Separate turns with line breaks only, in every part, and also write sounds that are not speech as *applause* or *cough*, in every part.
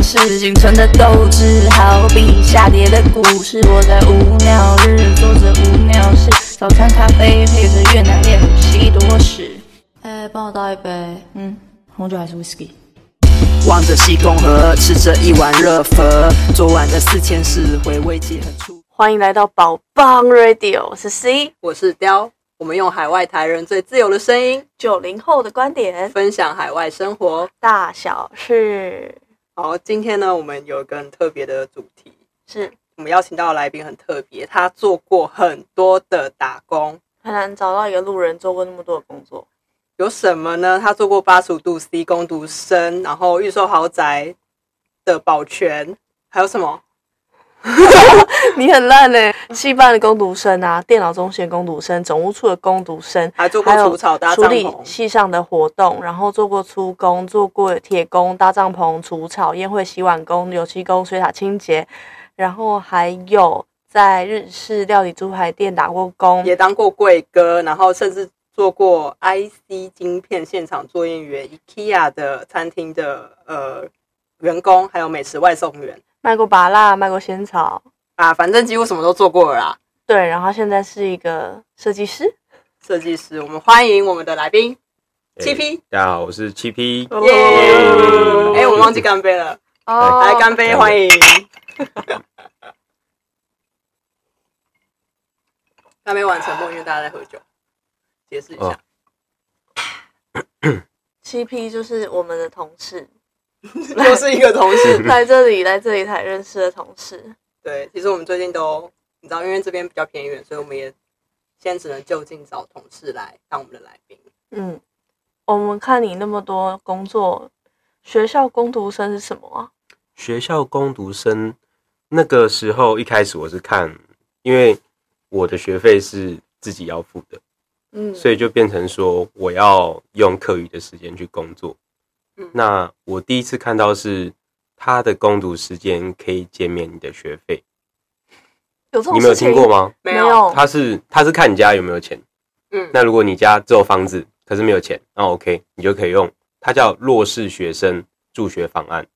是仅存的斗志，好比下跌的股市。我在无聊日做着无聊事，早餐咖啡配着越南炼乳西多士。哎，帮我倒一杯，嗯，红酒还是 whisky？
望着西宫河，吃着一碗热粉，昨晚的四千事回味起很触。
欢迎来到宝棒 Radio，我是 C
我是雕，我们用海外台人最自由的声音
九零后的观点，
分享海外生活。
大小事
好，今天呢，我们有一个很特别的主题，
是
我们邀请到的来宾很特别，他做过很多的打工，
很难找到一个路人做过那么多的工作，
有什么呢？他做过八十五度 C 工读生，然后预售豪宅的保全，还有什么？
*laughs* 你很烂嘞、戏班的工读生啊，电脑中心的工读生，总务处的工读生，
还做过
还有
除草搭
处
帐
理
篷，
系上的活动，然后做过粗工，做过铁工、搭帐篷、除草、宴会、洗碗工、油漆工、水塔清洁，然后还有在日式料理猪排店打过工，
也当过贵哥，然后甚至做过 IC 晶片现场作业员、IKEA 的餐厅的呃员工，还有美食外送员
卖过拔蜡，卖过仙草，
啊，反正几乎什么都做过了啦。
对，然后现在是一个设计师。
设计师，我们欢迎我们的来宾
哎
七 P，
大家好，我是七 P。
耶！哎，我们忘记干杯了，
哦
来干杯，欢迎！干杯完成梦，因为大家在喝酒，解释一下
哦，
七 P 就是我们的同事，
*laughs* 又是一个同事。
来这里来这里才认识的同事。
对，其实我们最近都，你知道，因为这边比较偏远，所以我们也现在只能就近找同事来当我们的来宾。
嗯，我们看你那么多工作，学校工读生是什么啊？
学校攻读生那个时候一开始我是看，因为我的学费是自己要付的，
嗯，
所以就变成说我要用课余的时间去工作。
嗯
那我第一次看到是他的攻读时间可以减免你的学费，
有
哦
这
你
种
们有
事情
听过吗？
没
有，
有，
他是他是看你家有没有钱，
嗯，
那如果你家只有房子，可是没有钱，那 OK，你就可以用它叫弱势学生助学方案。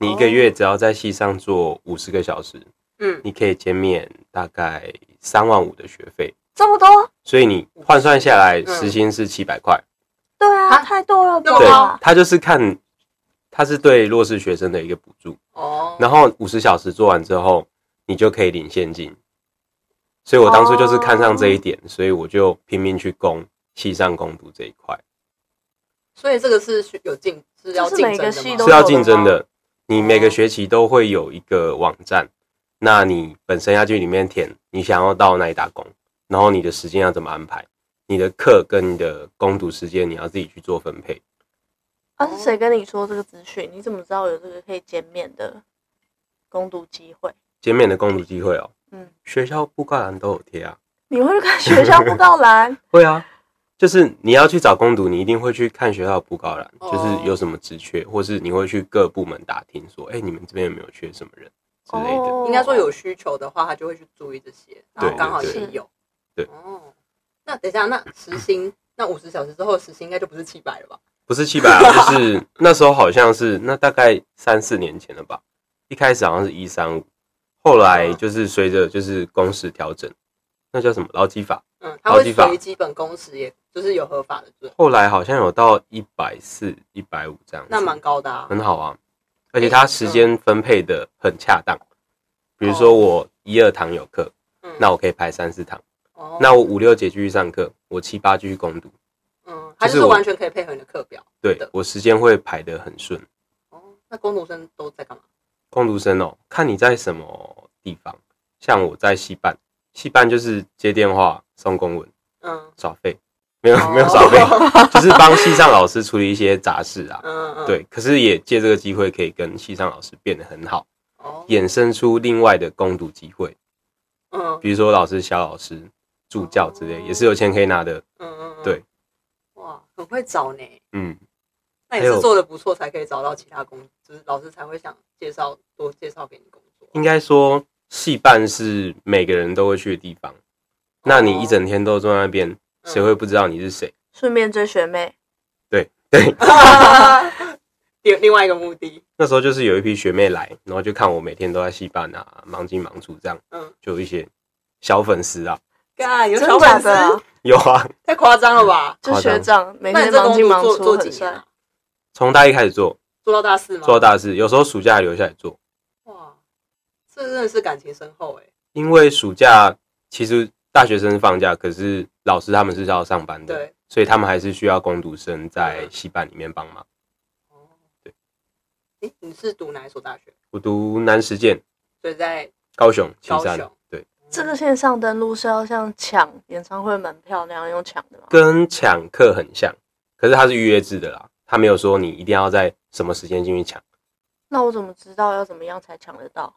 你一个月只要在系上做五十个小时，
嗯，
你可以减免大概三万五的学费，
这么多？
所以你换算下来，
嗯
时薪是七百块。
对啊，
啊
太多了
那么
对
哇
吧？，
它就是看，它是对弱势学生的一个补助。
哦，
然后五十小时做完之后，你就可以领现金。所以我当初就是看上这一点，所以我就拼命去攻系上攻读这一块。
所以这个是有竞是要
这
竞
是每
争的
个
吗
系都
是要竞争
有嗯
的。你每个学期都会有一个网站，那你本身要去里面填你想要到哪里打工，然后你的时间要怎么安排，你的课跟你的攻读时间你要自己去做分配。
啊，是谁跟你说这个资讯？你怎么知道有这个可以减免的攻读机会？
减免的攻读机会哦，
嗯，
学校布告栏都有贴啊。
你会去看学校布告栏？
会啊，就是你要去找攻读，你一定会去看学校的布告栏，
哦
就是有什么职缺，或是你会去各部门打听说，哎、你们这边有没有缺什么人 *laughs* 之类的。
哦
应该说有需求的话，他就会去注意这些，然后刚好
对
也
对对
有。
对
哦，那等一下，那时薪，那五十小时之后的时薪应该就不是七百了吧？
不是七百、啊，就是 *laughs* 那时候好像是那大概三四年前了吧。一开始好像是一三五，后
嗯
来就是随着就是工时调整，那叫什么劳基法，
嗯，他会
劳基法
随基本工时，也就是有合法的准，
后来好像有到一百四、一百五这样子，
那蛮高的啊。
很好啊。而且它时间分配的很恰当，比如说我一二堂有课，
哦嗯
那我可以排三四堂；
哦
那我五六节继续上课，我七八继续攻读。
嗯，他就
就是是我
完全可以配合你的课表。
对
的
我时间会排得很顺。
哦，那工读生都在干嘛？
工读生哦，看你在什么地方。像我在戏办，戏办就是接电话、送公文、
嗯
耍废，没有、
哦
没有耍
*laughs*
废，就是帮系上老师处理一些杂事啊。
嗯嗯，
对，可是也借这个机会可以跟系上老师变得很好，
哦，
衍生出另外的攻读机会，
嗯
比如说老师、小老师、助教之
哦
类，也是有钱可以拿的。
嗯嗯，嗯
对，
哇，很会找呢。
嗯，
那也
还
是
有
做的不错，才可以找到其他工，就是老师才会想介绍多介绍给你工作。
应该说戏办是每个人都会去的地方。那
哦
你一整天都坐在那边，
嗯
谁会不知道你是谁？
顺便追学妹，
对对，
哦？ *laughs* 另另外一个目的，
那时候就是有一批学妹来，然后就看我每天都在戏班啊，忙进忙出这样，
嗯，
就有一些小粉丝啊，
干有
真
小
的假
粉丝，
的？哎
有啊，
太夸张了吧？
就
夸张
学长每
那
天
你这
忙
工
进忙
作
出，
做做
很
几年
帅
啊？
从大一开始做，
做到大四吗？
做到大四，有时候暑假留下来做，
哇，这真的是感情深厚哎、
因为暑假其实大学生放假，可是老师他们是要上班的
对，嗯
所以他们还是需要工读生在戏班里面帮忙。
哦，
对，
哎、你是读哪一所大学？
我读南实践，
所以在
高雄青山
高雄，
对，
这个线上登录是要像抢演唱会门票那样用抢的吗？
跟抢课很像，可是它是预约制的啦，他没有说你一定要在什么时间进去抢，
那我怎么知道要怎么样才抢得到？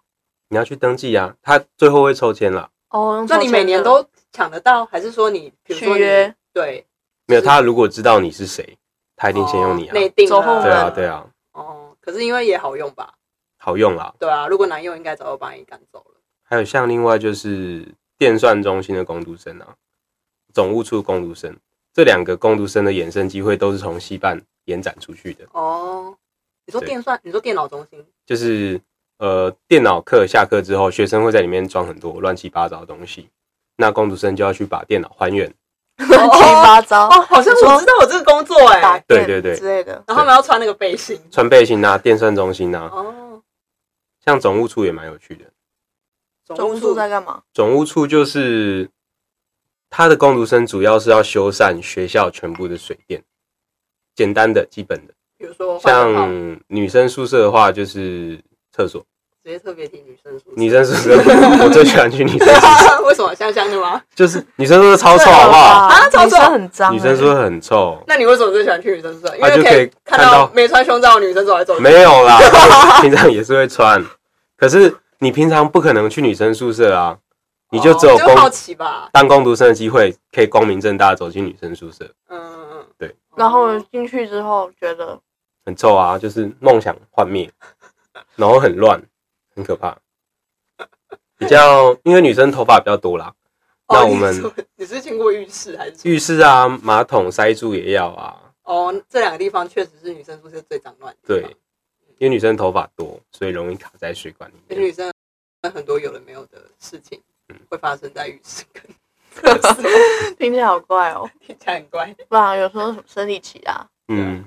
你要去登记啊，他最后会抽签啦。
哦，用
那
抽
你
签的
每年都抢得到，还是说你比如
续
说你
约
对，
没有，他如果知道你是谁，他一定先用你啊。
哦内定
走后门
对啊，
了
对。啊，
哦，可是因为也好用吧？
好用啦。
对啊，如果难用，应该早就把你赶走了。
还有像另外就是电算中心的工读生啊，总务处工读生，这两个工读生的衍生机会都是从西办延展出去的，
哦，你说
对
电算，你说电脑中心，
就是呃电脑课下课之后，学生会在里面装很多乱七八糟的东西，那工读生就要去把电脑还原，
*laughs* 乱七八糟
哦，好像
你说
我知道我这个工作哎、
打
对
电
对对
之类的。
然后他们要穿那个背心。
穿背心啊，电算中心啊，
哦，
像总务处也蛮有趣的，
总
总
务
处
处
在干嘛？
总务处就是他的工读生主要是要修缮学校全部的水电，简单的基本的。
比如说换个号
像女生宿舍的话，就是厕所；
直接特别提女生宿舍，
女生宿舍，我最喜欢去女生宿舍，
*laughs* 为什么香香的吗？
就是女生宿舍超臭，好不好？
啊
超
女
臭
生很脏欸，
女生宿舍很臭，
那你为什么最喜欢去女生宿舍？因
啊
为
就可以
以看
看到
没穿胸罩的女生走来走去。
没有啦，平常也是会穿，可是你平常不可能去女生宿舍啊，你就只有
哦就
工
好奇吧，
当工读生的机会，可以光明正大地走进女生宿舍，
嗯嗯嗯，
对。
然后进去之后觉得
很臭啊，就是梦想幻灭，然后很乱，很可怕。比较因为女生头发比较多啦，
哦
那我们
你是你是经过浴室还是
浴室啊、马桶塞住也要啊，
哦，这两个地方确实是女生宿舍最脏乱的地
对
方。，
因为女生头发多，所以容易卡在水管里
因为
面。
女生很多有的没有的事情
嗯
会发生在浴室跟
听起来好怪哦。
听起来很怪。
不然有时候什么生理期啊，
嗯，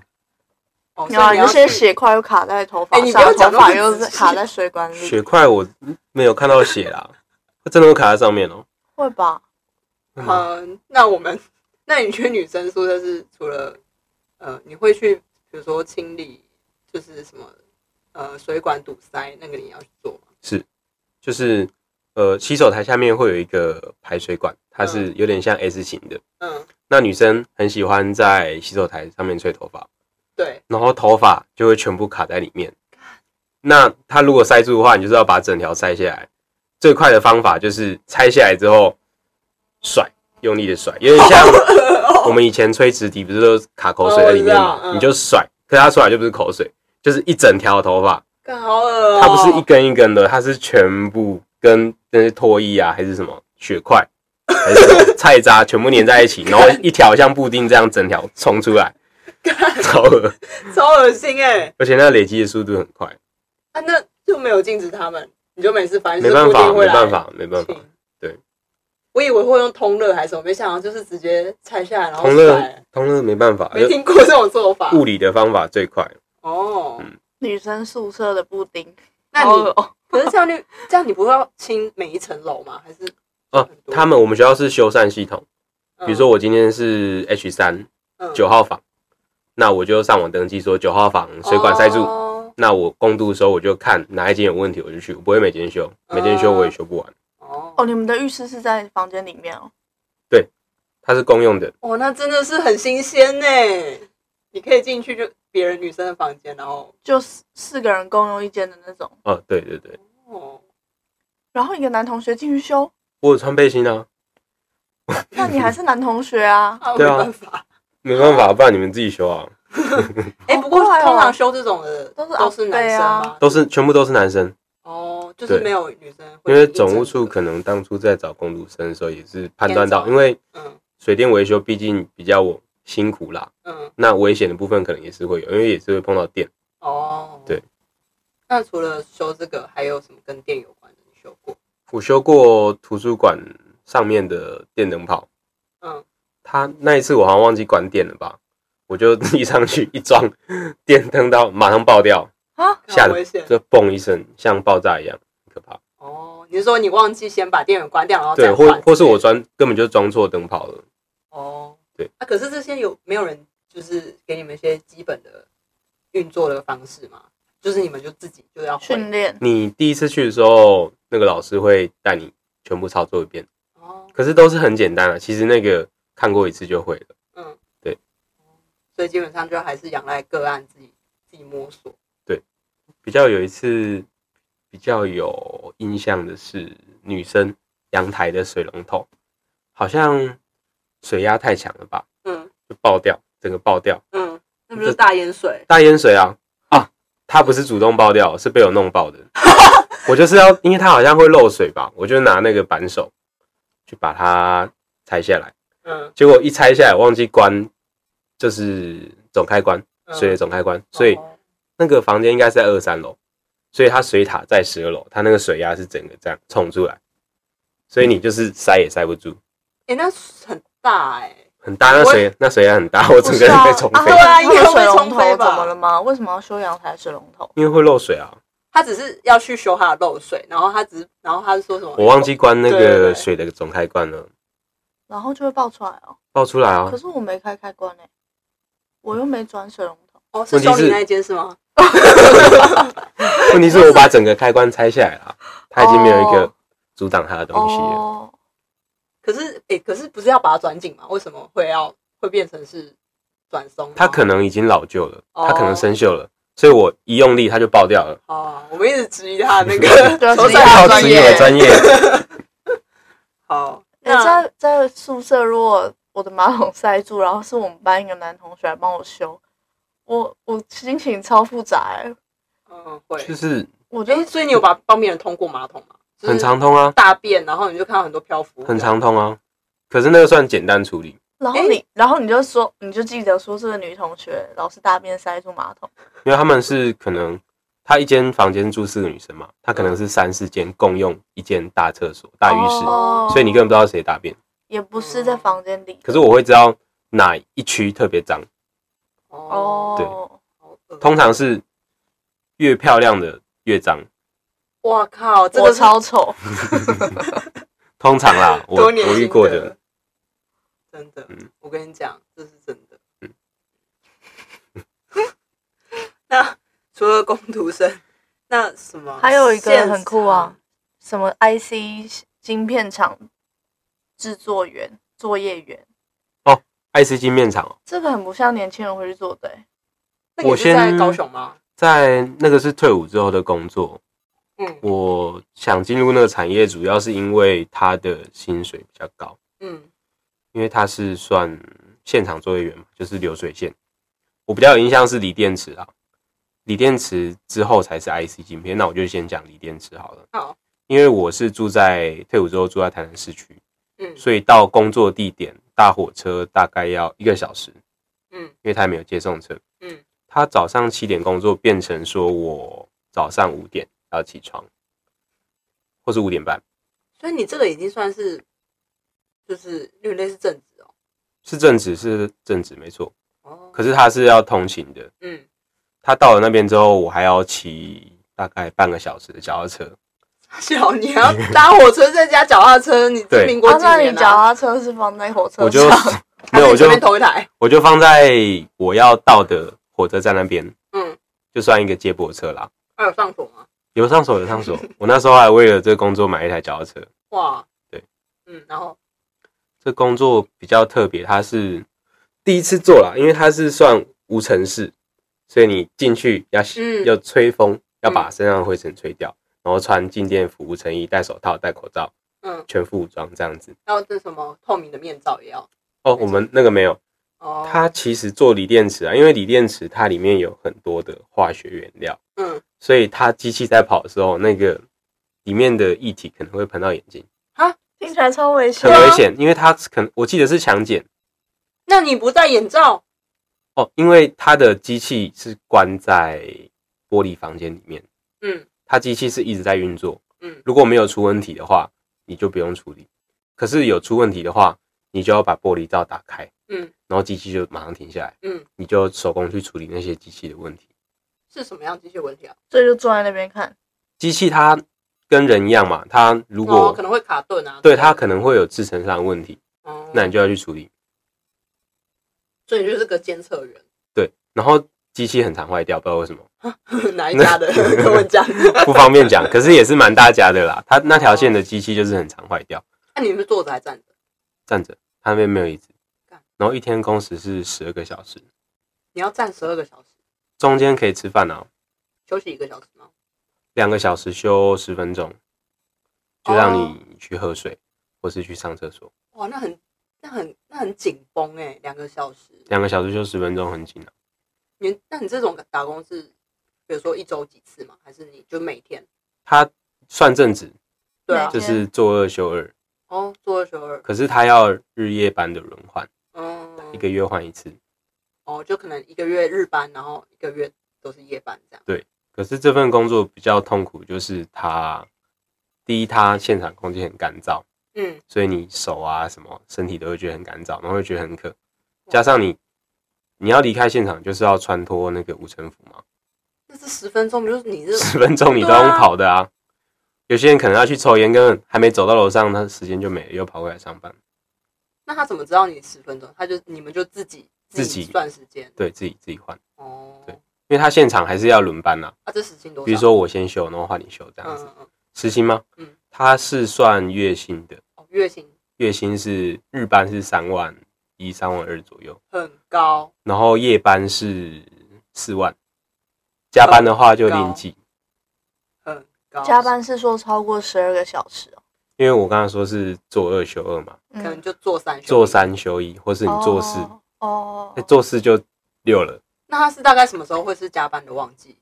哦，所
然后
以
你那
你要
啊些
去
血块又卡在头发
哎你不
上
要，
头
讲
发
那么
又
仔
是
细
卡在水管里，
血块我没有看到血啦，它真的会卡在上面哦、
会吧？
嗯
嗯，那我们，那你觉得女生宿舍是除了呃，你会去比如说清理，就是什么呃水管堵塞那个你要去做吗？
就是呃，洗手台下面会有一个排水管，它是有点像 S 型的。
嗯，
那女生很喜欢在洗手台上面吹头发，
对，
然后头发就会全部卡在里面。那它如果塞住的话，你就是要把整条塞下来。最快的方法就是拆下来之后甩，用力的甩，有
*laughs*
点像我们以前吹直笛不是都卡口水在里面
哦我知道
嘛？
嗯
你就甩，可是它出来就不是口水，就是一整条头发，
干好恶哦、
它不是一根一根的，它是全部跟那些唾液啊还是什么血块。还是什么
*laughs*
菜渣全部粘在一起，然后一条像布丁这样整条冲出来，超恶
超恶心哎、
而且那累积的速度很快，
啊，那就没有禁止他们，你就每次反正
没
是
办
固
法，
定会
没
来
办法，没办法。
清
对。
我以为会用通乐还是什么，没想到就是直接拆下来然后
同
甩
乐，同乐没办法，
没听过这种做法。
物理的方法最快。
哦，
女生宿舍的布丁，
那
好
你
恶哦
可是这样你这样你不会要清每一层楼吗？还是
哦
很，多
他们我们学校是修缮系统，
嗯
比如说我今天是 H 三
嗯
九号房，那我就上网登记说九号房水管塞住，
哦
那我工读的时候我就看哪一间有问题我就去，我不会每间修，每间修我也修不完，
哦
哦！你们的浴室是在房间里面哦，
它是公用的，
哦，那真的是很新鲜呢。你可以进去就别人女生的房间，然后
就四四个人共用一间的那种。
哦，对对对，
哦，？
然后一个男同学进去修，
我有穿背心啊，
那你还是男同学啊
啊，没
对啊
办法。
没办法，不然你们自己修啊，
哎，不过
好快
通
哦
常修这种的
都是
都是男生
阿伯
吗
啊？
都是全部都是男生，
哦，就是
对
没有女生会
因
应征的，
为总务处可能当初在找工读生的时候也是判断到，
偏早
因为
嗯
水电维修毕竟比较辛苦啦，
嗯
那危险的部分可能也是会有，因为也是会碰到电，
哦，
对。
那除了修这个，还有什么跟电有关的？你修过？
我修过图书馆上面的电灯泡，
嗯，
他那一次我好像忘记关电了吧，我就一上去一装，电灯到马上爆掉，
啊，
那
吓
很
得
危险
就嘣一声，像爆炸一样，很可怕。
哦。你是说你忘记先把电源关掉，然后
对，
再
或
换
或是我装根本就装错灯泡了。
哦，
对
啊，可是这些有没有人就是给你们一些基本的运作的方式吗？就是你们就自己就要会
训练
你第一次去的时候，那个老师会带你全部操作一遍，
哦，
可是都是很简单的、其实那个看过一次就会了。
嗯，
对，
所以基本上就还是仰赖个案自己自己摸索。
比较有一次比较有印象的是女生阳台的水龙头，好像水压太强了吧，
嗯
就爆掉，整个爆掉，
嗯，那不就是大淹水？
大淹水啊啊！它不是主动爆掉，是被我弄爆的。 *laughs* 我就是要，因为它好像会漏水吧，我就拿那个扳手去把它拆下来，
嗯，
结果一拆下来忘记关，就是总开关，水的总开关，所以
哦
那个房间应该是在二三楼，所以它水塔在十二楼，它那个水压是整个这样冲出来，所以你就是塞也塞不住，
哎、那很大哎、
很大，那水那水压很大，我整个人被冲
不
飞
是，啊
那个
应
水龙
该会冲
头
飞
怎
吧
么了吗？为什么要修阳台水龙头？
因为会漏水啊，
他只是要去修他的漏水，然后他只是，然后他是说什么？
我忘记关那
对对
个
对
水的总开关了，
然后就会爆出来哦。
爆出来啊
可，是我没开开关呢、欸我又没转水龙头。
哦，是修
问题
理
是
那一间是吗？
问题是我把整个开关拆下来了啊，它已经没有一个
哦
阻挡它的东西了，
哦，
可是，哎、可是不是要把它转紧吗？为什么会要会变成是转松？
它可能已经老旧了，它可能
哦
生锈了，所以我一用力它就爆掉了。
哦，我们一直质疑他的那
对啊
个
质
筹
疑
算
他
靠
的
专
自己
业。*laughs*
的专业，
好，
欸
那
在在宿舍，如果我的马桶塞住，然后是我们班一个男同学来帮我修，我我心情超复杂、欸，
嗯会。
就是
我就
哎、所以你有把帮别人通过马桶吗？就是
很常通啊，
大便，然后你就看到很多漂浮物，
很常通啊，可是那个算简单处理。
然后你、然后你就说你就记得说这个女同学老是大便塞住马桶，
因为他们是可能他一间房间住四个女生嘛，他可能是三四间共用一间大厕所、大浴室，
哦
所以你根本不知道谁大便。
也不是在房间里
可是我会知道哪一区特别脏，
哦，
哦，
好恶
通常是越漂亮的越脏，
哇靠，这
我
个是
超丑，
通常啦，我
多年
我遇
心
过的
得，真的
嗯，
我跟你讲，这是真的。
嗯
那除了工读生，那什么？
还有一个很酷啊，什么 IC *laughs* 晶片厂制作员、作业员，
爱斯基面厂哦，
这个很不像年轻人会去做的、欸，
现场。那你
我
是在
先
高雄吗？
在那个是退伍之后的工作。
嗯
我想进入那个产业，主要是因为他的薪水比较高。
嗯
因为它是算现场作业员嘛，就是流水线。我比较有印象是锂电池啊，锂电池之后才是 IC 晶片。那我就先讲锂电池好了。
好，
因为我是住在退伍之后住在台南市区，
嗯
所以到工作地点搭火车大概要一个小时，
嗯
因为他没有接送车。
嗯，
他早上七点工作，变成说我早上五点要起床，或是五点半，
所以你这个已经算是就是有点类似正职哦。
是正职是正职没错。
哦，
可是他是要通勤的，
嗯，
他到了那边之后，我还要骑大概半个小时的脚踏车。
小你还要搭火车再加脚踏车，你这
对
民国
啊，
几
那你
年
脚
哦
啊？
踏车是放在火车
我就
上，
*laughs* 没有，我就
前面头一台，
我就放在我要到的火车站那边，
嗯，
就算一个接驳车啦。
还有上锁吗？
有上手有上手，我那时候还为了这个工作买一台脚踏车。
哇，
对，
嗯，然后
这工作比较特别，它是第一次做啦，因为它是算无尘室，所以你进去要洗、
嗯
要吹风，要把身上的灰尘吹掉，然后穿静电服、无尘衣、戴手套、戴口罩，
嗯，
全副武装这样子。
还有这什么透明的面罩也要
哦，我们那个没有，
哦，
它其实做锂电池啊，因为锂电池它里面有很多的化学原料，
嗯
所以它机器在跑的时候，那个里面的液体可能会喷到眼睛，
*laughs* 听起来超危险
很，危险。因为它可能我记得是强碱
那你不戴眼罩
哦，因为它的机器是关在玻璃房间里面，
嗯，
它机器是一直在运作，
嗯
如果没有出问题的话，你就不用处理。可是有出问题的话，你就要把玻璃罩打开，
嗯，
然后机器就马上停下来，
嗯，
你就手工去处理那些机器的问题。
是什么样机械问题啊？
所以就坐在那边看。
机器它跟人一样嘛，它如果、
哦可能会卡顿啊，
对它可能会有制成上的问题，
哦，
那你就要去处理。
所以你就是个监测员， *laughs*
对，然后机器很常坏掉，不知道为什么，
哪一家的？
*laughs*
跟我讲。
不方便讲，可是也是蛮大家的啦。它那条线的机器就是很常坏掉，
那你们是坐着还站着？
站着，它那边没有椅子
干，
然后一天工时是十二个小时，
你要站十二个小时，
中间可以吃饭啊，
休息一个小时吗？
两个小时休十分钟，就让
哦
你去喝水或是去上厕所。
哇，那很那很那很紧绷哎，两个小时。
两个小时休十分钟很紧啊，
你那你这种打工是，比如说一周几次吗？还是你就每天？
它算正职，
对啊
每
就
天，
是做二休二，
哦，做二休二，
可是它要日夜班的轮换，
嗯，
一个月换一次。
哦，就可能一个月日班，然后一个月都是夜班这样。
可是这份工作比较痛苦，就是它第一，它现场空气很干燥，
嗯，
所以你手啊什么身体都会觉得很干燥，然后会觉得很渴。加上你你要离开现场，就是要穿脱那个无尘服嘛，
那是十分钟，就是你这
十分钟你都要用跑的啊。有些人可能要去抽烟，根本还没走到楼上，他时间就没了，又跑回来上班。
那他怎么知道你十分钟？他就你们就自己
自己
己算时间。
对自己自己换，
哦，
对因为他现场还是要轮班啦、
啊，这时薪多少？
比如说我先休，然后换你休这
嗯，
样子。
嗯嗯，
时薪吗？
嗯
他是算月薪的，
哦，月薪
月薪是日班是三万一、三万二左右，
很高，
然后夜班是四万，加班的话就另计。
很高。
哦
加班是说超过十二个小时哦。
因为我刚刚说是做二休二嘛，
可能
嗯，
就做三休。
做。三休一，或是你做哎四，
哦哦
那，做四就六了。
那他是大概什么时候会是加班的旺季？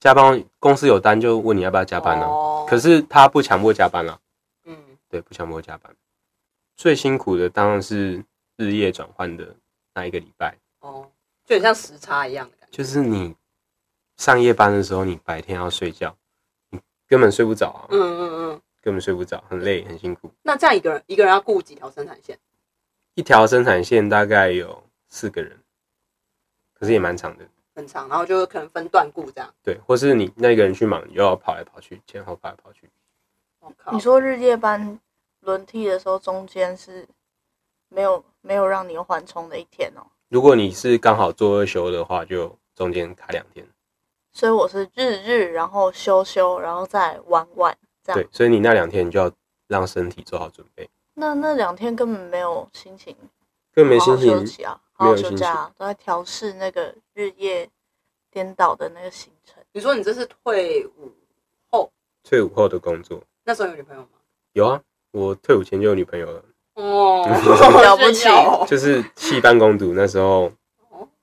加班公司有单就问你要不要加班啊，
哦
可是他不强迫加班啊，
嗯，
对，不强迫加班。最辛苦的当然是日夜转换的那一个礼拜，
哦，就很像时差一样的感觉。
就是你上夜班的时候，你白天要睡觉，你根本睡不着啊，
嗯嗯嗯。
根本睡不着，很累，很辛苦。
那这样一个人一个人要雇几条生产线？
一条生产线大概有四个人，可是也蛮长的。
很长，然后就可能分段雇这样。
对，或是你那个人去忙，你又要跑来跑去，前后跑来跑去。
我靠！
你说日夜班轮替的时候，中间是没有没有让你有缓冲的一天哦。
如果你是刚好做二休的话，就中间卡两天。
所以我是日日，然后休休，然后再晚晚这样
对。，所以你那两天你就要让身体做好准备，
那那两天根本没有心情
更没
好
心
好休
情。
息啊，
没
好
有
好
心
休
情
假、啊，都在调试那个日夜颠倒的那个行程。
你说你这是退伍后，
退伍后的工作
那时候有女朋友吗？
有啊，我退伍前就有女朋友了，
哦 *laughs*
了不起
炫耀哦
就是戏班攻读那时候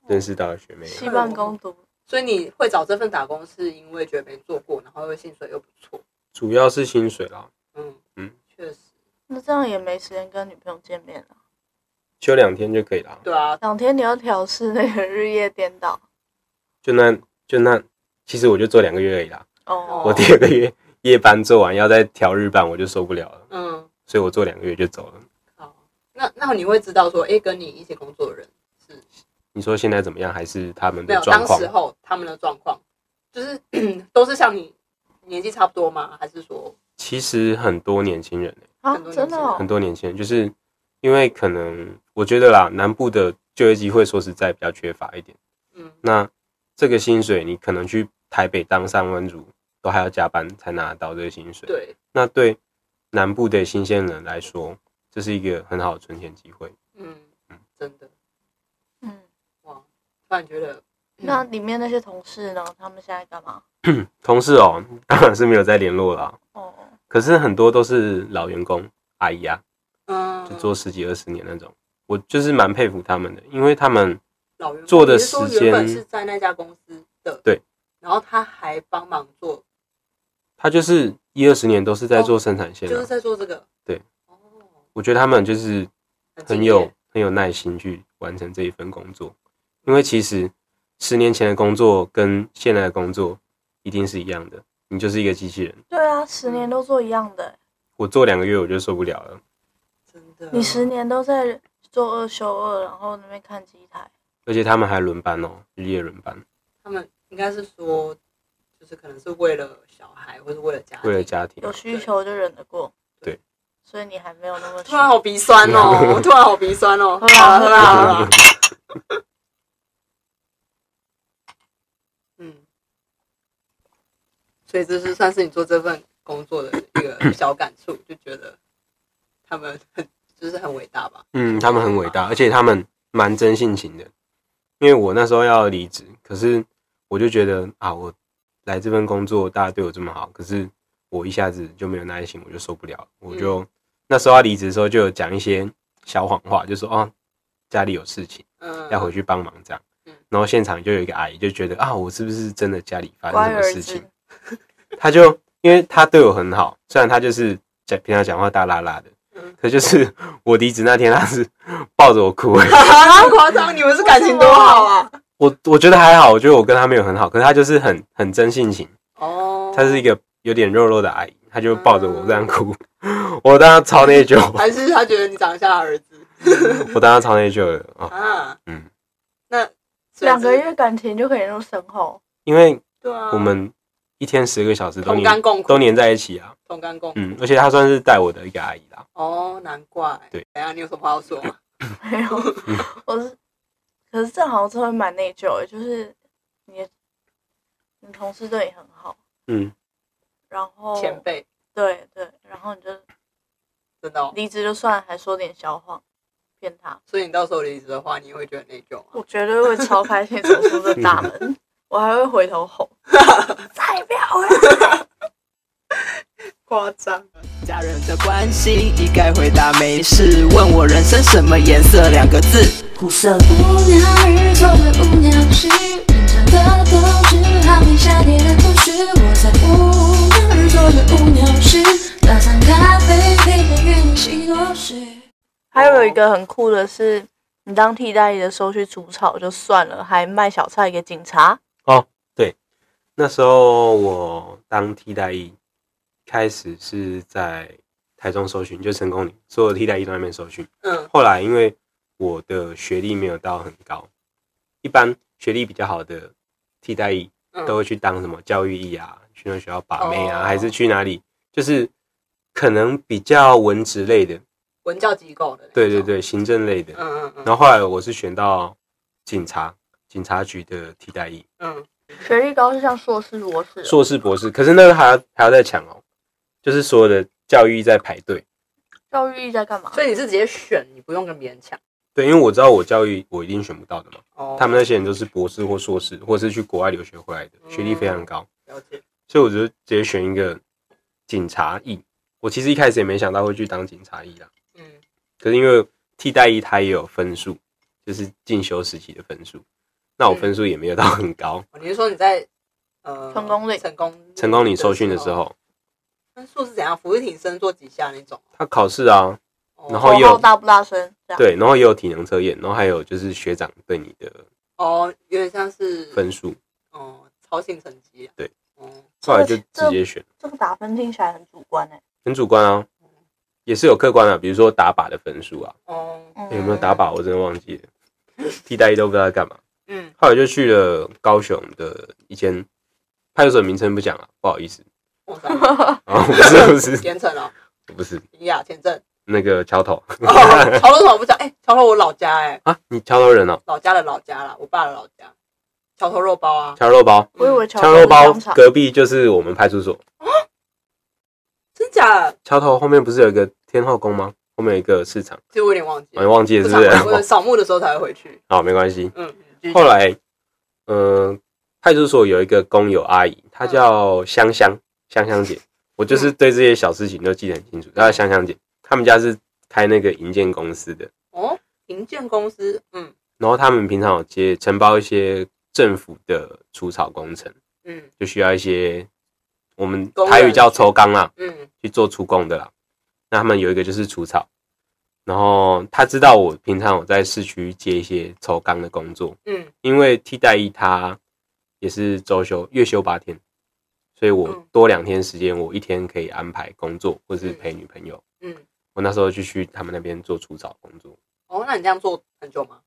认识到的学妹。
西半攻读，
所以你会找这份打工，是因为觉得没做过，然后又薪水又不错。
主要是薪水啦，
嗯
嗯，
确实，
那这样也没时间跟女朋友见面了。
休两天就可以啦。
对啊，
两天你要调试那个日夜颠倒
就那就那，其实我就做两个月而已啦。
哦，
我第二个月夜班做完，要再调日班，我就受不了了，
嗯，
所以我做两个月就走了。
好，那那你会知道说，诶，跟你一起工作的人是
你说现在怎么样？还是他们
没
的
有
状
当
况
时？候他们的状况，就是都是 *clears throat* 像你年纪差不多吗？还是说，
其实很多年轻人、欸
啊
很多，
真的
年轻人
很
哦，
多年轻人就是因为可能我觉得啦，南部的就业机会说实在比较缺乏一点。
嗯，
那这个薪水，你可能去台北当上班族都还要加班才拿得到这个薪水。
对，
那对南部的新鲜人来说，这是一个很好的存钱机会。
嗯
嗯，
真的，
嗯，
哇，突然觉得，
那里面那些同事呢？他们现在干嘛？
同事哦，当然是没有再联络啊啦、
哦，
可是很多都是老员工阿姨啊，
嗯，
就做十几二十年那种。我就是蛮佩服他们的，因为他们
老员工
做的
你是说
时间
原本是在那家公司的，
对，
然后他还帮忙做，
他就是一二十年都是在做生产线、啊
哦就是在做这个，
对，
哦，
我觉得他们就是很
敬
有
业
很有耐心去完成这一份工作，因为其实十年前的工作跟现在的工作一定是一样的，你就是一个机器人。
对啊，十
嗯
年都做一样的欸、
我做两个月我就受不了了，
真的。
你
嗯
十年都在做二休二，然后那边看机台，
而且他们还轮班哦，日夜轮班，
他们应该是说，就是可能是为了小孩，或是为了家庭。
为了家庭
有。需求就忍得过。
对，
所以你还没有那么
突然好鼻酸
*laughs*
哦，我突然好鼻酸哦，喝啦喝啦喝啦。嗯，所以这是算是你做这份工作的一
*coughs*
个小感触，就觉得他们很就是很伟大吧。
嗯，他们很伟大，而且他们蛮真性情的。因为我那时候要离职，可是我就觉得啊，我来这份工作，大家对我这么好，可是我一下子就没有耐心，我就受不了，我就、
嗯
那时候要离职的时候，就有讲一些小谎话，就说哦，家里有事情
嗯， *laughs*
要回去帮忙这样
嗯。
然后现场就有一个阿姨就觉得啊，我是不是真的家里发生
乖
什么
儿
事情
子？，
他就因为他对我很好，虽然他就是讲平常讲话大啦啦的，
嗯
可就是 *laughs* 我离职那天，他是抱着我哭。 *laughs*
啊，夸张！你们是感情多好啊？
我我觉得还好，我觉得我跟他没有很好，可是他就是很很真性情，
哦，
他是一个有点肉肉的阿姨，他就抱着我这样哭，
嗯
*laughs* 我当时超内疚，
*laughs* 还是他觉得你长得像他儿子
我当时超内疚的啊、
啊？
嗯，
那所以
两个
是
月感情就可以入深厚，
因为
对啊，
我们一天十个小时都
同甘
黏
共苦，
都黏在一起啊，
同甘共苦。
嗯，而且他算是带我的一个阿姨啦，
哦，难怪。
对，
等一下你有什么话要说吗？
没有，
嗯
我是，可是这好像真的蛮内疚的，就是你的你同事对你很好，
嗯，
然后
前辈，
对对，然后你就
真的、哦。
离职就算，还说点小谎骗他，
所以你到时候离职的话，你会觉得内疚吗？
我绝对会超开心走出这大
嗯
门，我还会回头
*laughs*
吼，再也不要回
哦
来。
夸张。
家人的关心一概回答没事，问我人生什么颜色两个字，苦涩苦。
无聊日做的无聊事，认真的斗志，好比夏天的故事。我在无聊日做的无聊事，打上咖啡，配着月亮西多士。
还有一个很酷的是，你当替代役的时候去除草就算了，还卖小菜给警察，
那时候我当替代役，开始是在台中搜寻，就成功里所有替代役都在那边搜寻。
嗯
后来因为我的学历没有到很高，一般学历比较好的替代役
嗯，
都会去当什么教育役啊，去那学校把妹啊，
哦
还是去哪里，就是可能比较文职类的，
文教机构的。
对对。对，行政类的。
嗯嗯嗯。
然后后来我是选到警察警察局的替代役，
嗯，
学历高是像硕士、博士哦，
硕士、博士，可是那个还要还要再抢哦，就是所有的教育在排队。
教育意义在干嘛？
所以你是直接选，你不用跟别人抢。
对，因为我知道我教育我一定选不到的嘛，
哦
他们那些人都是博士或硕士，或是去国外留学回来的，学历非常高，
了解。
所以我就直接选一个警察役。我其实一开始也没想到会去当警察役啦，
嗯
可是因为替代役它也有分数，就是进修时期的分数，那我分数也没有到很高。
哦你是说你在呃
成功率
成功哦
成功你受训的时，候，
分数是怎样？俯挺身做几下那种？
他考试啊，
哦
然后
口
也有
号大不大声？这样，
对，然后也有体能测验，然后还有就是学长对你的
哦，有点像是
分数，
哦，操性成绩啊。
对，
哦，
后来就直接选。
这个打分听起来很主观哎、
很主观啊，也是有客观的，啊比如说打靶的分数啊，
哦，
嗯
有没有打靶我真的忘记了，替代役都不知道在干嘛。
嗯，
后来就去了高雄的一间派出所，名称不讲了，不好意思。
我操，
然后不是不是
盐城哦，
不是
尼亚签
*laughs*
证，
那个桥头
哦，桥头怎么不讲？哎，桥头我老家哎，
啊，你桥头人哦，
老家的老家啦，我爸的老家，桥头肉包啊，
桥头肉包，
我以为
桥
桥
头
头
嗯肉
是
包
香肠，
隔壁就是我们派出所。
真假的？
桥头后面不是有一个天后宫吗？后面有一个市场，
其实我有点忘记
我，忘记了
不
是
常
哎不是？
回我扫墓的时候才会回去。
*laughs* 好，没关系。
嗯，继续
后来，嗯，派出所有一个工友阿姨，她叫香香，香香姐。我就是
嗯
对这些小事情都记得很清楚。她叫香香姐，他们家是开那个营建公司的，
哦，营建公司，嗯
然后他们平常有接承包一些政府的除草工程，
嗯
就需要一些我们
工人
台语叫抽钢啦，
嗯
去做出工的啦。那他们有一个就是除草，然后他知道我平常有在市区接一些抽钢的工作，
嗯，
因为替代役他也是周休月休八天，所以我
嗯
多两天时间，我一天可以安排工作或是陪女朋友。
嗯，
我那时候就去他们那边做除草工作。
哦，那你这样做很久吗？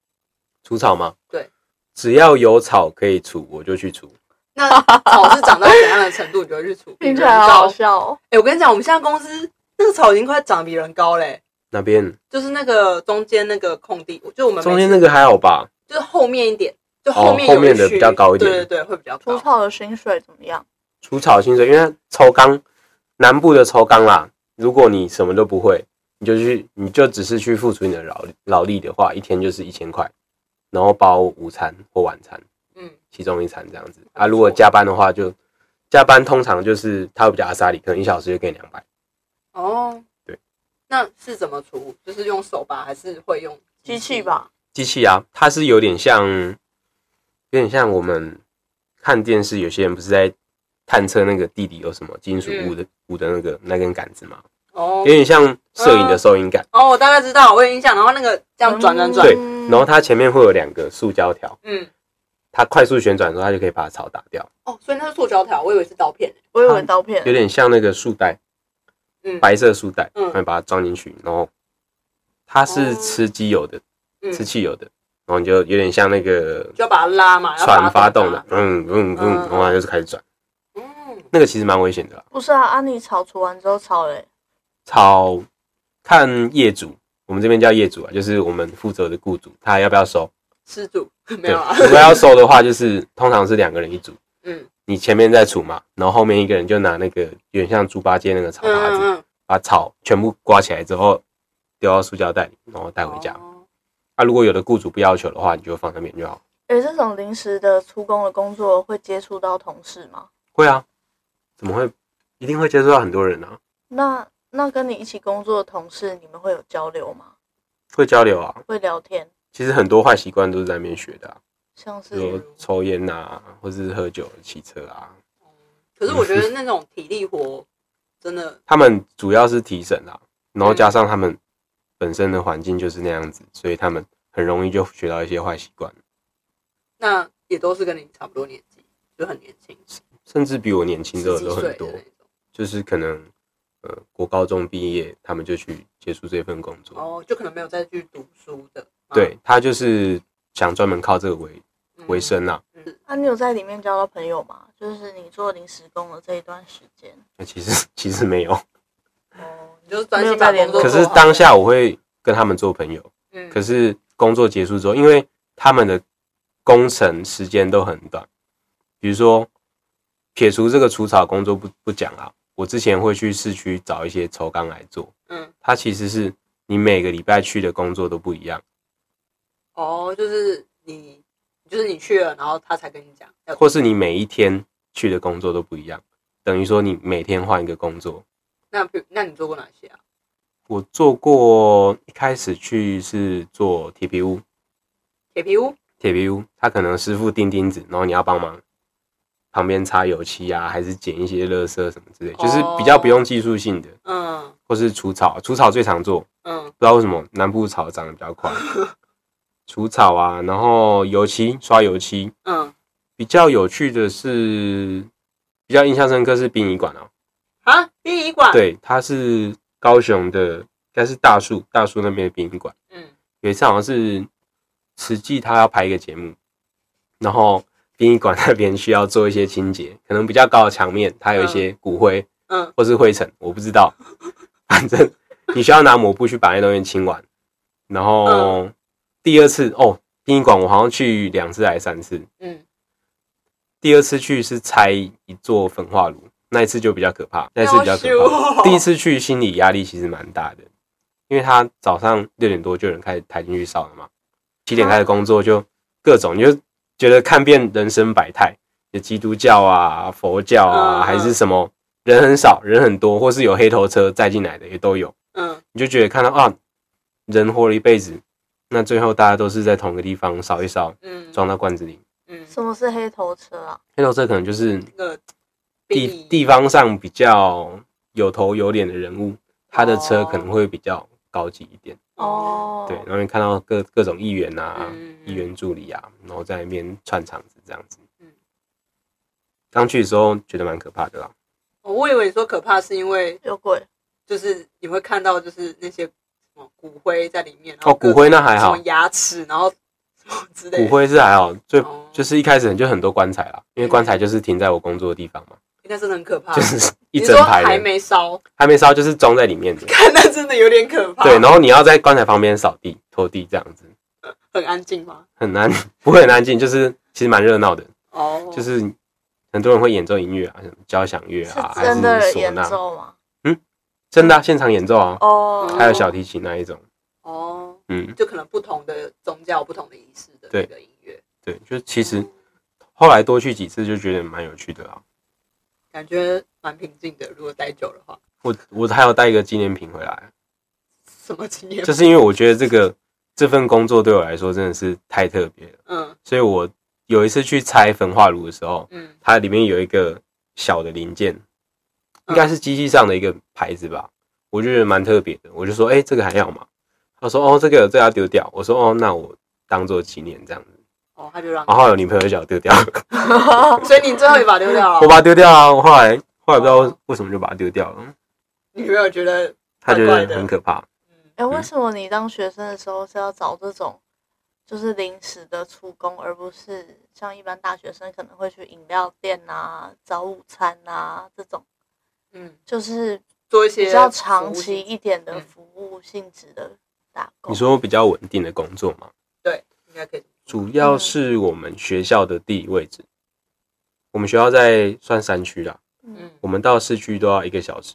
除草吗？
对，
只要有草可以除，我就去除。
那草是长到怎样的程度，你就会去除？
*laughs* 听起来好好笑哦。
哎、我跟你讲，我们现在公司那个草已经快长比人高嘞、
那边
就是那个中间那个空地，就我们每次
中间那个还好吧？
就是后面一点，就面、
哦
有
后面的
一区
比较高一点
对对对，会比较
除
高。
草的薪水怎么样？
除草薪水，因为它抽钢南部的抽钢啦，如果你什么都不会，你就去，你就只是去付出你的劳力劳力的话，一天就是一千块，然后包午餐或晚餐，
嗯，
其中一餐这样子啊。如果加班的话就，加班通常就是他会比较阿萨里，可能一小时就给你两百，
哦，
对，
那是怎么除？就是用手吧，还是会用
机器？吧，
机器啊，它是有点像，有点像我们看电视，有些人不是在探测那个地底有什么金属物的物的那个那根杆子嘛，
哦
有点像摄影的收音杆。
哦，嗯我大概知道，我有印象。然后那个这样转转转，
对，然后它前面会有两个塑胶条，
嗯，
它快速旋转的时候，它就可以把草打掉，
哦，所以那是塑胶条，我以为是刀片。
我以为刀片
有。点像那个束带，
嗯
白色束带，
嗯哦
然后把它装进去，然后它是吃机油的，
嗯，
吃汽油的，然后你就有点像那个
就要把它拉嘛，要把它
船发动的
打，
嗯嗯嗯，
嗯
然后它就是开始转，
嗯，
那个其实蛮危险的啦。
不是啊，啊你草除完之后草嘞，
草看业主，我们这边叫业主啊，就是我们负责的雇主，他要不要收？
吃住 *laughs* 没
对，
有啊？
如果要收的话，就是通常是两个人一组，
嗯
你前面在除嘛，然后后面一个人就拿那个有点像猪八戒那个草
嗯
耙子，
嗯嗯，
把草全部刮起来之后丢到塑胶袋里，然后带回家。
哦
啊，如果有的雇主不要求的话，你就放那边就好。
诶，这种临时的出工的工作会接触到同事吗？
会啊，怎么会？一定会接触到很多人啊，
那那跟你一起工作的同事，你们会有交流吗？
会交流啊。
会聊天，
其实很多坏习惯都是在那边学的、啊，
像
比如
是
抽烟啊，或是喝酒、骑车啊。
哦可是我觉得那种体力活真的，
他们主要是提神啊，然后加上他们本身的环境就是那样子，所以他们很容易就学到一些坏习惯，
那也都是跟你差不多年纪，就很年轻，
甚至比我年轻的
十几
都
岁
很
的
多
那。种。
就是可能呃国高中毕业，他们就去接触这份工作。
哦，就可能没有再去读书的。啊
对他就是想专门靠这个为为。
嗯
生啊。
啊，你有在里面交到朋友吗？就是你做临时工的这一段时间，
那其实其实没有，
哦，你就是专心把工作做好。
可是当下我会跟他们做朋友。
哦嗯，
可是工作结束之后，因为他们的工程时间都很短，比如说撇除这个除草工作不不讲啊，我之前会去市区找一些抽钢来做。
嗯，
它其实是你每个礼拜去的工作都不一样。
哦，就是你，就是你去了，然后他才跟你讲要做。
或是你每一天去的工作都不一样，等于说你每天换一个工作。
那比如，那你做过哪些啊？
我做过，一开始去是做铁皮屋，
铁皮屋。
铁皮屋，他可能师傅钉钉子，然后你要帮忙旁边擦油漆啊，还是捡一些垃圾什么之类，就是比较不用技术性的，
嗯
或是除草，除草最常做，
嗯
不知道为什么南部草长得比较快，除草啊，然后油漆刷油漆，
嗯，
比较有趣的是，比较印象深刻是殡仪馆啊，
啊，殡仪馆。。
*laughs* 对，它是高雄的，应该是大树大树那边的殡仪馆。
嗯
有一次好像是慈济他要拍一个节目，然后殡仪馆那边需要做一些清洁，可能比较高的墙面，它有一些骨灰
嗯
或是灰尘，我不知道， *laughs* 反正你需要拿抹布去把那东西清完。然后第二次哦，殡仪馆我好像去两次还是三次，
嗯。
第二次去是拆一座焚化炉，那一次就比较可怕，那一次比较可
要
怕。
修
第一次去心理压力其实蛮大的，因为他早上六点多就有人开始抬进去烧了嘛，七点开始工作就各种，你就觉得看遍人生百态，有基督教啊、佛教
嗯
啊，
嗯
还是什么人很少、人很多，或是有黑头车载进来的也都有，
嗯
你就觉得看到啊，人活了一辈子，那最后大家都是在同一个地方烧一烧，
嗯
装到罐子里。
嗯，
什么是黑头车啊？
黑头车可能就是
那个
地
殡仪
地方上比较有头有脸的人物，他的车
哦
可能会比较高级一点。
哦，
嗯对，然后你看到各各种议员啊、
嗯嗯嗯
议员助理啊，然后在那边串场子这样子。
嗯
刚去的时候觉得蛮可怕的啦。
哦我以为你说可怕是因为
有鬼，
就是你会看到就是那些什么骨灰在里面，然
哦，
后各
骨灰那还好
什么，牙齿，然后什么之类的。
骨灰是还好，最
哦嗯
就是一开始就很多棺材啦，因为棺材就是停在我工作的地方嘛，
应该真的很可怕。 *laughs*
就是一
啊你
整
说
排
还
的，
没烧， *laughs*
还没烧就是装在里面的。
看那真的有点可怕。
对，然后你要在棺材旁边扫地、拖地这样子，
很安静吗？
很难， *laughs* 不会很安静，就是其实蛮热闹的，
哦，
就是很多人会演奏音乐啊，什么交响乐啊，
是
还是
真的
唢
演
呐，
奏吗？
真的啊、现场演奏啊，
哦，
还有小提琴那一种，
哦，
嗯，
就可能不同的宗教、不同的仪式的
对
那个音乐，
对，就其实后来多去几次就觉得蛮有趣的啊。
感觉蛮平静的。如果待久的话，
我我还有带一个纪念品回来，啊
什么经验？
就是因为我觉得这个这份工作对我来说真的是太特别了，
嗯
所以我有一次去拆焚化炉的时候，
嗯，
它里面有一个小的零件，应该是机器上的一个牌子吧，我就觉得蛮特别的，我就说，哎、这个还要吗？他说，哦，这个这个要丢掉。我说，哦，那我当做纪念这样子。
哦，他就让，
然后有女朋友就叫我丢掉，
哦所以你最后一把丢掉
我
了。
把它丢掉啊。我后来后来不知
哦
道为什么就把它丢掉了，
女朋友觉得，
他觉
怪怪
得
的
很可怕。
嗯，
哎、为什么你当学生的时候是要找这种就是临时的出工，而不是像一般大学生可能会去饮料店啊、找午餐啊这种，
嗯，
就是
做一些
比较长期
服务性，
一点的
嗯
服务性质的打工？
你说比较稳定的工作嘛，
对，应该可以。
主
嗯
要是我们学校的地理位置，我们学校在算山区啦，
嗯，
嗯
我们到市区都要一个小时，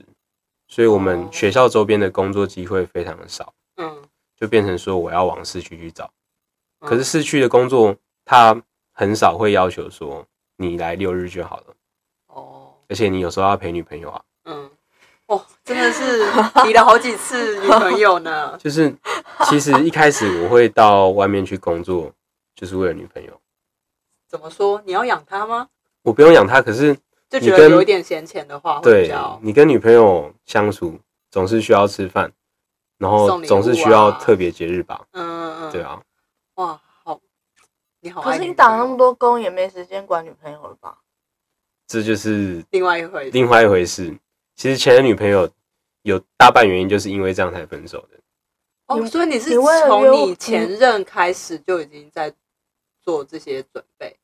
所以我
哦
们学校周边的工作机会非常的少，
嗯，
就变成说我要往市区去找。
嗯
可是市区的工作，它很少会要求说你来六日就好了，
哦，
而且你有时候要陪女朋友啊，
嗯，哦，真的是提了好几次女朋友呢。 *laughs*
就是其实一开始我会到外面去工作，就是为了女朋友，
怎么说？你要养她吗？
我不用养她，可是
就觉
你
得
跟
有一点闲钱的话，会比
对
较
你跟女朋友相处总是需要吃饭，然后
送礼物啊
总是需要特别节日吧，
嗯嗯，
对，啊，
哇，好，你好，
可是你打那么，多工也没时间管女朋友了吧？
这就是
另外一回事
另外一回事。其实前任女朋友有大半原因就是因为这样才分手的。
哦，
你
所以你是
你为了
从
约
你前任开始就已经在做这些准备，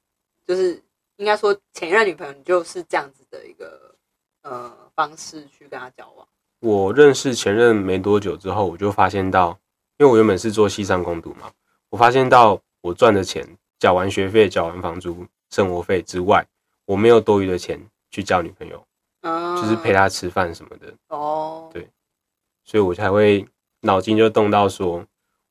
就是应该说前任女朋友你就是这样子的一个呃方式去跟她交往，
我认识前任没多久之后，我就发现到，因为我原本是做西上工读嘛，我发现到我赚的钱，缴完学费、缴完房租、生活费之外，我没有多余的钱去交女朋友，
嗯，
就是陪她吃饭什么的，
哦，
对所以我才会脑筋就动到说，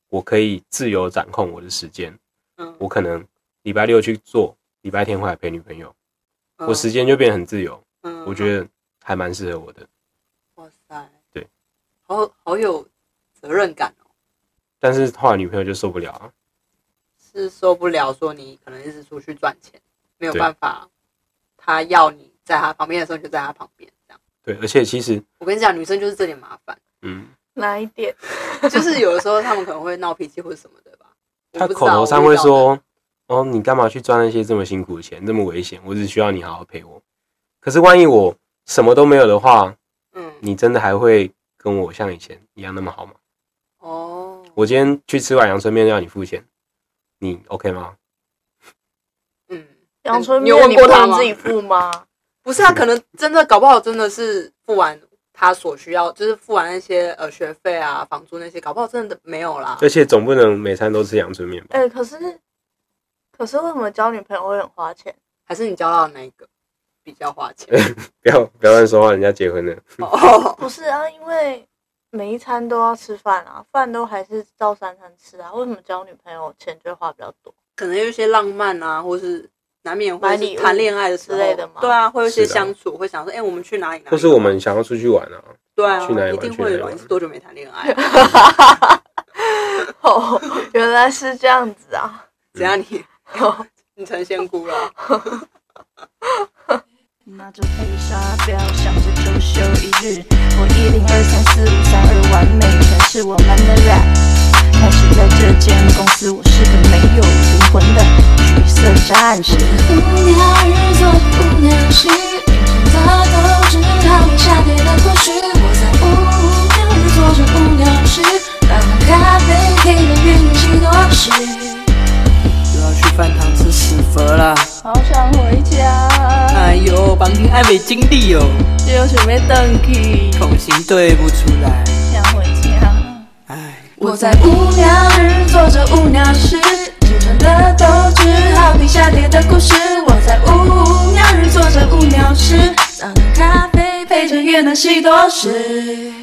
我可以自由掌控我的时间，
嗯，
我可能礼拜六去做，礼拜天回来陪女朋友，我时间就变得很自由。
嗯，
我觉得还蛮适合我的。
哇塞，
对，
好好有责任感哦，
但是后来女朋友就受不了啊，
是受不了说你可能一直出去赚钱，没有
对
办法，她要你在她旁边的时候你就在她旁边这样。
对，而且其实，
我跟你讲，女生就是这点麻烦，
嗯，
哪一点？ *laughs*
就是有的时候她们可能会闹脾气或者什么的吧。我
她
不知
口
道
头上
我遇
会
到的
说，哦，你干嘛去赚那些这么辛苦的钱，这么危险？我只需要你好好陪我。可是万一我什么都没有的话，
嗯，
你真的还会跟我像以前一样那么好吗？
哦，
我今天去吃碗阳春面要你付钱，你 OK 吗？
嗯，
阳春
你有
面
问
你
过
不
他
能
吗
自己付吗？
不是啊，可能真的搞不好真的是付完她所需要，就是付完那些呃学费啊、房租那些，搞不好真的没有啦
而。且总不能每餐都吃阳春面吧？
呃
哎、可是可是为什么交女朋友会很花钱？
还是你交到的那一个比较花
*laughs*
钱
不要不要乱说话，人家结婚了。
哦，
不是啊，因为每一餐都要吃饭啊，饭都还是照三餐吃啊。为什么交女朋友钱就会花比较多？ *laughs*
可能有一些浪漫啊，或是。难免会
买
是
礼物
谈恋爱的时候
之类的吗
对啊，会有一些
是的
相处，会想说，哎、我们去哪里？哪里
或是我们想要出去玩啊，
对啊，
去哪
一
里玩
定
去
会
哪里
有。
玩
你是多久没谈
*laughs*
恋爱、啊？
哦，原来是这样子啊。
怎样
*laughs*
你你成仙姑了？
拿着配沙表，想着周休一日。我一零二三四五三二完美，全是我们的 rap。开始在这间公司，我是个没有灵魂的橘色战士。
无聊日做的无聊事，人生的都只好比下跌的故事。我在无聊日做着无聊事，打上咖啡，黑的运气多事。
又要去饭堂吃屎佛啦！
好想回家，
哎呦，绑定爱美经历哦，
就准备登去，
口型对不出来，
想回家。
哎，
我在无聊日做着无聊事，青春的斗志好比下跌的故事。我在无聊日做着无聊事，打上咖啡，配着越南西多士。